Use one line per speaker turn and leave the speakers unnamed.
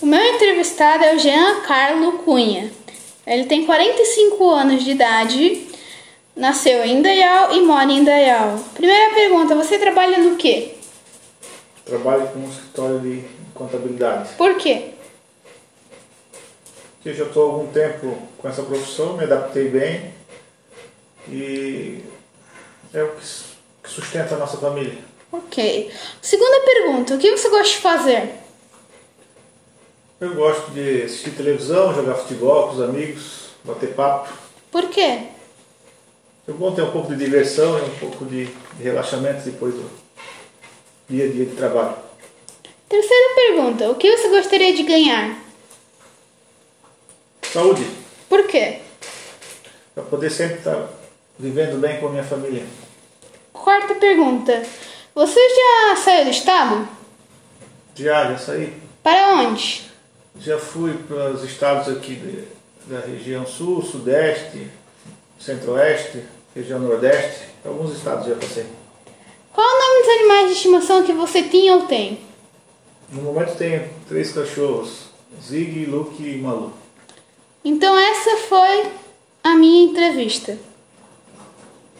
O meu entrevistado é o Jean Carlo Cunha. Ele tem 45 anos de idade, nasceu em Dayal e mora em Dayal. Primeira pergunta, você trabalha no quê?
Trabalho com um escritório de contabilidade.
Por quê?
Eu já estou há algum tempo com essa profissão, me adaptei bem e é o que su- que sustenta a nossa família.
Ok. Segunda pergunta, o que você gosta de fazer?
Eu gosto de assistir televisão, jogar futebol com os amigos, bater papo.
Por quê?
É bom ter um pouco de diversão e um pouco de, de relaxamento depois do dia a dia de trabalho.
Terceira pergunta, o que você gostaria de ganhar?
Saúde,
Por quê?
para poder sempre estar vivendo bem com a minha família.
Quarta pergunta, você já saiu do estado?
Já, já saí.
Para onde?
Já fui para os estados aqui de- da região sul, sudeste, centro-oeste, região nordeste. Alguns estados já passei.
Qual o nome dos animais de estimação que você tinha ou tem?
No momento tenho três cachorros, Zig, Luke e Malu.
Então essa foi a minha entrevista.